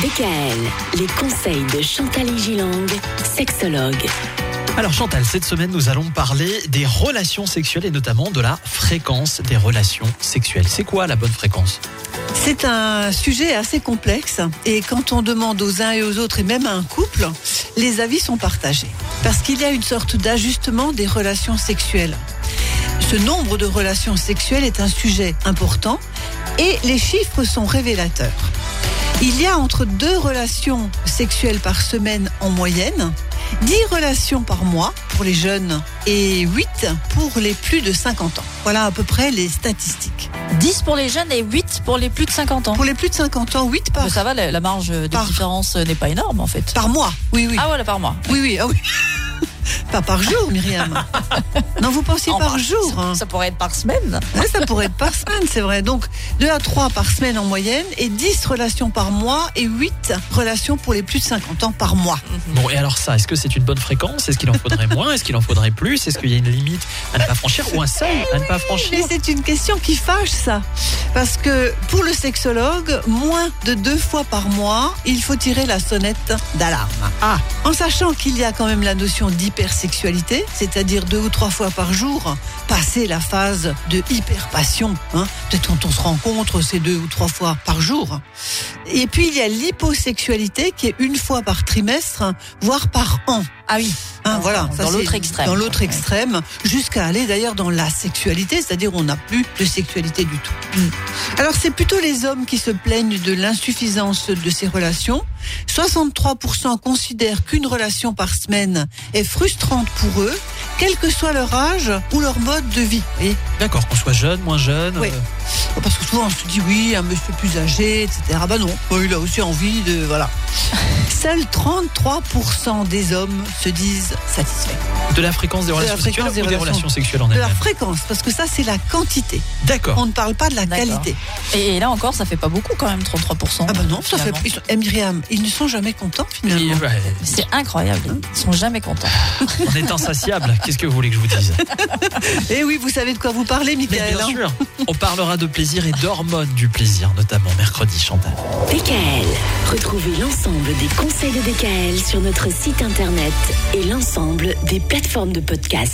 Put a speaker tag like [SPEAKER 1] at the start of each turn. [SPEAKER 1] DKL, les conseils de Chantal Gilang, sexologue.
[SPEAKER 2] Alors Chantal, cette semaine nous allons parler des relations sexuelles et notamment de la fréquence des relations sexuelles. C'est quoi la bonne fréquence
[SPEAKER 3] C'est un sujet assez complexe et quand on demande aux uns et aux autres et même à un couple, les avis sont partagés parce qu'il y a une sorte d'ajustement des relations sexuelles. Ce nombre de relations sexuelles est un sujet important et les chiffres sont révélateurs. Il y a entre deux relations sexuelles par semaine en moyenne, 10 relations par mois pour les jeunes et 8 pour les plus de 50 ans. Voilà à peu près les statistiques.
[SPEAKER 4] 10 pour les jeunes et 8 pour les plus de 50 ans.
[SPEAKER 3] Pour les plus de 50 ans, 8 par,
[SPEAKER 4] Mais ça va, la, la marge de
[SPEAKER 3] Par-
[SPEAKER 4] différence euh, n'est pas énorme en fait.
[SPEAKER 3] par mois. Oui, oui.
[SPEAKER 4] Ah voilà, par mois.
[SPEAKER 3] Oui, oui, ah oui. Pas par jour, Myriam. non, vous pensiez
[SPEAKER 4] En
[SPEAKER 3] par
[SPEAKER 4] marge.
[SPEAKER 3] jour.
[SPEAKER 4] Ça,
[SPEAKER 3] hein.
[SPEAKER 4] ça pourrait être par semaine.
[SPEAKER 3] Ouais, ça pourrait être par semaine, c'est vrai. Donc, 2 à 3 par semaine en moyenne et 10 relations par mois et 8 relations pour les plus de 50 ans par mois.
[SPEAKER 2] Bon et alors ça, est-ce que c'est une bonne fréquence Est-ce qu'il en faudrait moins Est-ce qu'il en faudrait plus Est-ce qu'il y a une limite à ne pas franchir ou un seuil à ne pas
[SPEAKER 3] Mais
[SPEAKER 2] franchir
[SPEAKER 3] c'est une question qui fâche, ça. Parce que pour le sexologue, moins de deux fois par mois, il faut tirer la sonnette d'alarme.
[SPEAKER 2] Ah.
[SPEAKER 3] En sachant qu'il y a quand même la notion d'hypersexualité, c'est-à-dire deux ou trois fois par jour, passer la phase de hyperpassion. Hein. Peut-être quand on se rencontre, c'est deux ou trois fois par jour. Et puis il y a l'hyposexualité qui est une fois par trimestre, hein, voire par an.
[SPEAKER 4] Ah oui.
[SPEAKER 3] Hein,
[SPEAKER 4] Ah,
[SPEAKER 3] voilà,
[SPEAKER 4] dans
[SPEAKER 3] ça,
[SPEAKER 4] l'autre
[SPEAKER 3] c'est
[SPEAKER 4] extrême.
[SPEAKER 3] Dans l'autre
[SPEAKER 4] Ouais.
[SPEAKER 3] extrême, jusqu'à aller d'ailleurs dans la sexualité, c'est-à-dire on n'a plus de sexualité du tout.
[SPEAKER 4] Mm.
[SPEAKER 3] Alors c'est plutôt les hommes qui se plaignent de l'insuffisance de ces relations. 63% considèrent qu'une relation par semaine est frustrante pour eux, quel que soit leur âge ou leur mode de vie. Vous voyez
[SPEAKER 2] D'accord, qu'on soit jeune, moins jeune.
[SPEAKER 3] Oui.
[SPEAKER 2] euh,
[SPEAKER 3] parce que souvent on se dit oui, un monsieur plus âgé, etc. Ah Bah non, bah, il a aussi envie de. Voilà. Seuls 33% des hommes se disent satisfaits.
[SPEAKER 2] de la fréquence des
[SPEAKER 3] la
[SPEAKER 2] relations
[SPEAKER 3] fréquence
[SPEAKER 2] sexuelles
[SPEAKER 3] des
[SPEAKER 2] ou des
[SPEAKER 3] relations-
[SPEAKER 2] relations sexuelles en
[SPEAKER 3] De la
[SPEAKER 2] elles-mêmes
[SPEAKER 3] fréquence, parce que ça c'est la quantité.
[SPEAKER 2] D'accord.
[SPEAKER 3] On ne parle pas de la
[SPEAKER 4] D'accord.
[SPEAKER 3] qualité.
[SPEAKER 4] Et, et là encore, ça fait pas beaucoup quand même, 33%.
[SPEAKER 3] Ah bah non, ça fait.
[SPEAKER 4] finalement.
[SPEAKER 3] ils sont- Eh, Myriam, ils ne sont jamais contents
[SPEAKER 2] Et,
[SPEAKER 3] finalement.
[SPEAKER 2] ouais,
[SPEAKER 4] C'est incroyable. Ils sont jamais contents.
[SPEAKER 2] on est insatiable. Qu'est-ce que vous voulez que je vous dise
[SPEAKER 3] Eh oui, vous savez de quoi vous parlez,
[SPEAKER 2] Mais
[SPEAKER 3] Michael.
[SPEAKER 2] bien
[SPEAKER 3] hein
[SPEAKER 2] sûr, on parlera de plaisir et d'hormones du plaisir, notamment mercredi, Chantal.
[SPEAKER 1] DKL, retrouvez l'ensemble des conseils de DKL sur notre site internet et l'ensemble des plateformes de podcast.